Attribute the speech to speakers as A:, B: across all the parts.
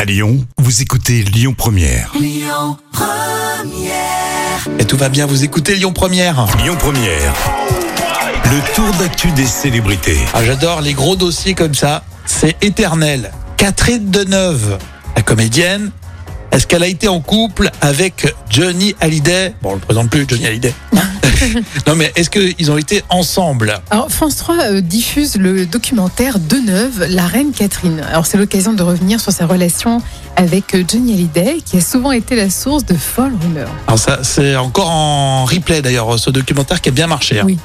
A: À Lyon, vous écoutez Lyon Première.
B: Et tout va bien, vous écoutez Lyon Première.
A: Lyon Première. Le tour d'actu des célébrités.
B: Ah, j'adore les gros dossiers comme ça. C'est éternel. Catherine Deneuve, la comédienne, est-ce qu'elle a été en couple avec Johnny Hallyday Bon, on le présente plus, Johnny Hallyday. non, mais est-ce qu'ils ont été ensemble
C: Alors, France 3 euh, diffuse le documentaire De Neuve, La Reine Catherine. Alors, c'est l'occasion de revenir sur sa relation avec euh, Johnny Hallyday, qui a souvent été la source de folles rumeurs.
B: Alors ça, c'est encore en replay d'ailleurs, ce documentaire qui a bien marché. hein.
C: Oui.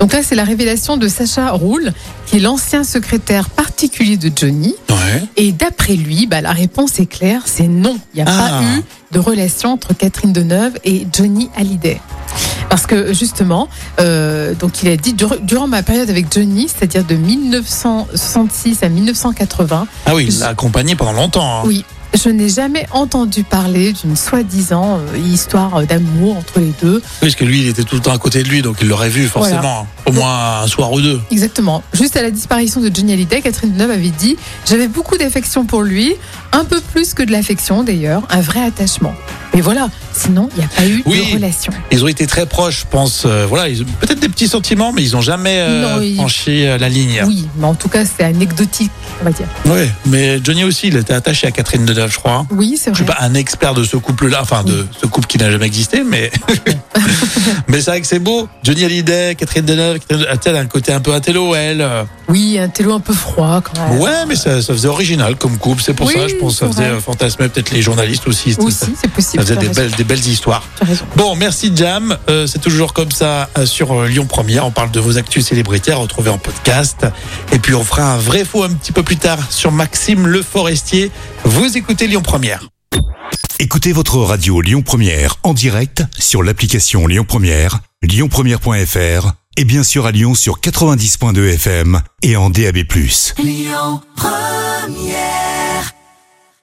C: Donc là, c'est la révélation de Sacha Roule, qui est l'ancien secrétaire particulier de Johnny.
B: Ouais.
C: Et d'après lui, bah, la réponse est claire, c'est non. Il n'y a
B: Ah.
C: pas eu de relation entre Catherine Deneuve et Johnny Hallyday. Parce que justement, euh, donc il a dit Dur- durant ma période avec Johnny, c'est-à-dire de 1966 à 1980,
B: Ah oui, il l'a accompagné pendant longtemps. hein.
C: oui, je n'ai jamais entendu parler d'une soi-disant euh, histoire d'amour entre les deux.
B: Oui, parce que lui, il était tout le temps à côté de lui, donc il l'aurait vu forcément, au moins un soir ou deux.
C: Exactement. Juste à la disparition de Johnny Hallyday, Catherine Deneuve avait dit J'avais beaucoup d'affection pour lui, un peu plus que de l'affection d'ailleurs, un vrai attachement. Mais voilà, sinon, il n'y a pas eu
B: Oui.
C: de relation.
B: Ils ont été très proches, je pense. euh, voilà, ils ont peut-être des petits sentiments, mais ils n'ont jamais euh,
C: Non, ils-
B: franchi euh, la ligne.
C: Oui, mais en tout cas, c'est anecdotique, on va dire.
B: Ouais, mais Johnny aussi, il était attaché à Catherine Deneuve, je crois.
C: Oui, c'est
B: Je suis
C: vrai.
B: pas un expert de ce couple-là, enfin de ce couple qui n'a jamais existé, mais mais c'est vrai que c'est beau. Johnny Hallyday, Catherine Deneuve, Catherine Deneuve, a-t-elle un côté un peu intello, elle euh,
C: Oui, un télo un peu froid quand même.
B: Ouais, mais ça, ça faisait original comme couple, c'est pour
C: Oui,
B: ça, je pense, que ça
C: c'est
B: faisait
C: vrai.
B: euh, fantasmer peut-être les journalistes aussi. c'était ça.
C: Aussi, c'est
B: Ça
C: possible.
B: faisait
C: t'as
B: des
C: raison,
B: belles, des belles histoires.
C: t'as raison.
B: Bon, merci Jam. Euh, c'est toujours comme ça euh, sur euh, Lyon Première. On parle de vos actus célébritaires retrouvés en podcast. Et puis on fera un vrai faux un petit peu plus tard sur Maxime Le Forestier. Vous écoutez Lyon Première.
A: Écoutez votre radio Lyon Première en direct sur l'application Lyon Première, lyonpremière.fr et bien sûr à Lyon sur 90.2 FM et en DAB+.